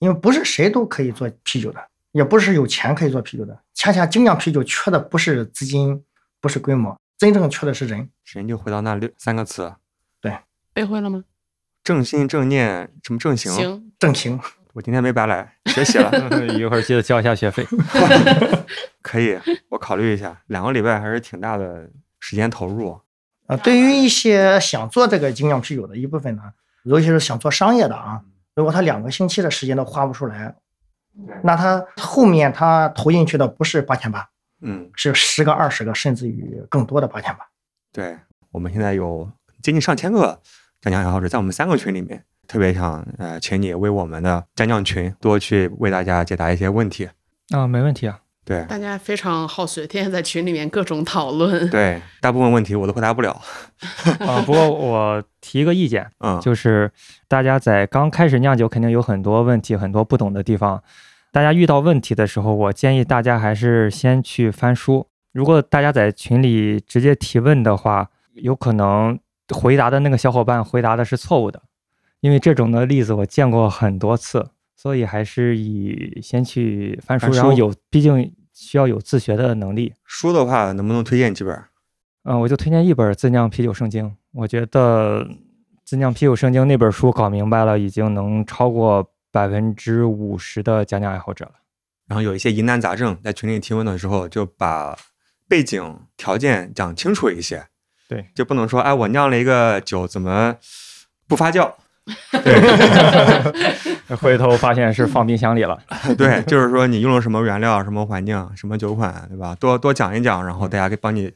E: 因为不是谁都可以做啤酒的，也不是有钱可以做啤酒的。恰恰精酿啤酒缺的不是资金，不是规模，真正缺的是人。
B: 人就回到那六三个词：
C: 背会了吗？
B: 正心、正念，什么正行。
C: 行，
E: 正行，
B: 我今天没白来，学习 了，
D: 一会儿记得交一下学费。
B: 可以，我考虑一下。两个礼拜还是挺大的时间投入。
E: 啊，对于一些想做这个精酿啤酒的一部分呢，尤其是想做商业的啊，如果他两个星期的时间都花不出来，那他后面他投进去的不是八千八，
B: 嗯，
E: 是十个、二十个，甚至于更多的八千八。
B: 对，我们现在有接近上千个蘸酱爱好者，在我们三个群里面，特别想呃，请你为我们的蘸酱群多去为大家解答一些问题。
D: 啊，没问题啊。
B: 对
C: 大家非常好学，天天在群里面各种讨论。
B: 对，大部分问题我都回答不了。
D: 啊，不过我提一个意见，
B: 嗯，
D: 就是大家在刚开始酿酒，肯定有很多问题，很多不懂的地方。大家遇到问题的时候，我建议大家还是先去翻书。如果大家在群里直接提问的话，有可能回答的那个小伙伴回答的是错误的，因为这种的例子我见过很多次，所以还是以先去翻书，
B: 翻书
D: 然后有，毕竟需要有自学的能力。
B: 书的话能不能推荐几本儿？
D: 嗯，我就推荐一本《自酿啤酒圣经》，我觉得《自酿啤酒圣经》那本书搞明白了，已经能超过百分之五十的讲讲爱好者了。
B: 然后有一些疑难杂症，在群里提问的时候，就把背景条件讲清楚一些，
D: 对，
B: 就不能说哎，我酿了一个酒，怎么不发酵？
D: 回头发现是放冰箱里了。
B: 对，就是说你用了什么原料、什么环境、什么酒款，对吧？多多讲一讲，然后大家可以帮你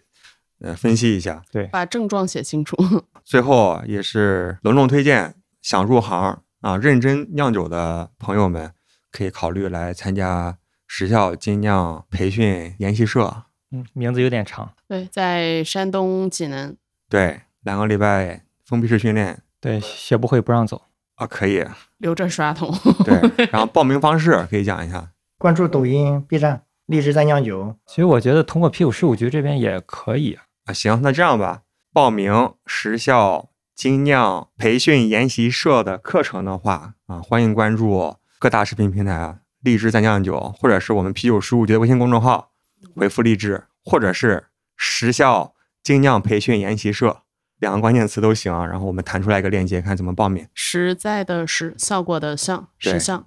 B: 呃分析一下。
C: 把症状写清楚。
B: 最后也是隆重推荐，想入行啊，认真酿酒的朋友们，可以考虑来参加时效精酿培训研习社。
D: 嗯，名字有点长。
C: 对，在山东济南，
B: 对，两个礼拜封闭式训练
D: 对，学不会不让走。
B: 啊，可以。
C: 留着刷桶。
B: 对，然后报名方式可以讲一下。
E: 关注抖音、B 站，荔枝在酿酒。
D: 其实我觉得通过啤酒事务局这边也可以啊。
B: 啊，行，那这样吧，报名时效精酿培训研习社的课程的话，啊，欢迎关注各大视频平台啊，荔枝在酿酒，或者是我们啤酒事务局的微信公众号，回复荔枝，或者是时效精酿培训研习社两个关键词都行啊，然后我们弹出来一个链接，看怎么报名。
C: 实在的实，效果的效，
B: 对
C: 实效。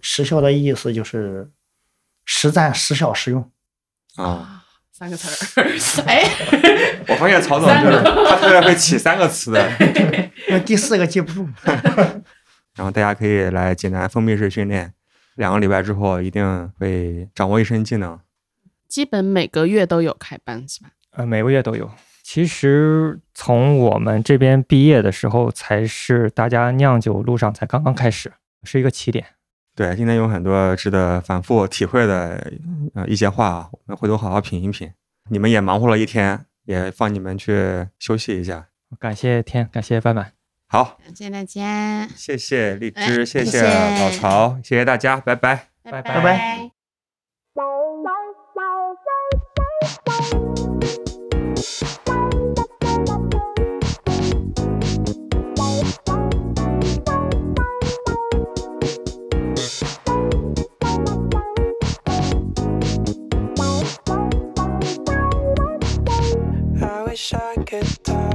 E: 时效的意思就是实战、时效、实用。
B: 啊，
C: 三个词儿， 哎，
B: 我发现曹总就是他特别会起三个词的，
E: 因为第四个记不住。
B: 然后大家可以来济南封闭式训练，两个礼拜之后一定会掌握一身技能。
C: 基本每个月都有开班是吧？
D: 呃，每个月都有。其实从我们这边毕业的时候，才是大家酿酒路上才刚刚开始，是一个起点。
B: 对，今天有很多值得反复体会的呃一些话，我们回头好好品一品。你们也忙活了一天，也放你们去休息一下。
D: 感谢天，感谢范范，
B: 好，
C: 感谢大家，
B: 谢谢荔
C: 哎
B: 枝，谢
C: 谢
B: 谢
C: 谢
B: 老曹，谢谢大家，拜拜。
D: 拜
E: 拜
C: 拜
E: 拜。
F: I wish I could talk.